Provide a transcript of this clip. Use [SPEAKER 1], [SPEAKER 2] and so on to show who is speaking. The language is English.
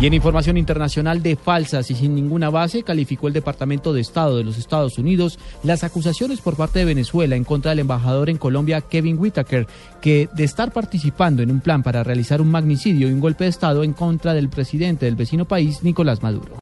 [SPEAKER 1] Y en información internacional de falsas y sin ninguna base, calificó el Departamento de Estado de los Estados Unidos las acusaciones por parte de Venezuela en contra del embajador en Colombia, Kevin Whitaker, que de estar participando en un plan para realizar un magnicidio y un golpe de Estado en contra del presidente del vecino país, Nicolás Maduro.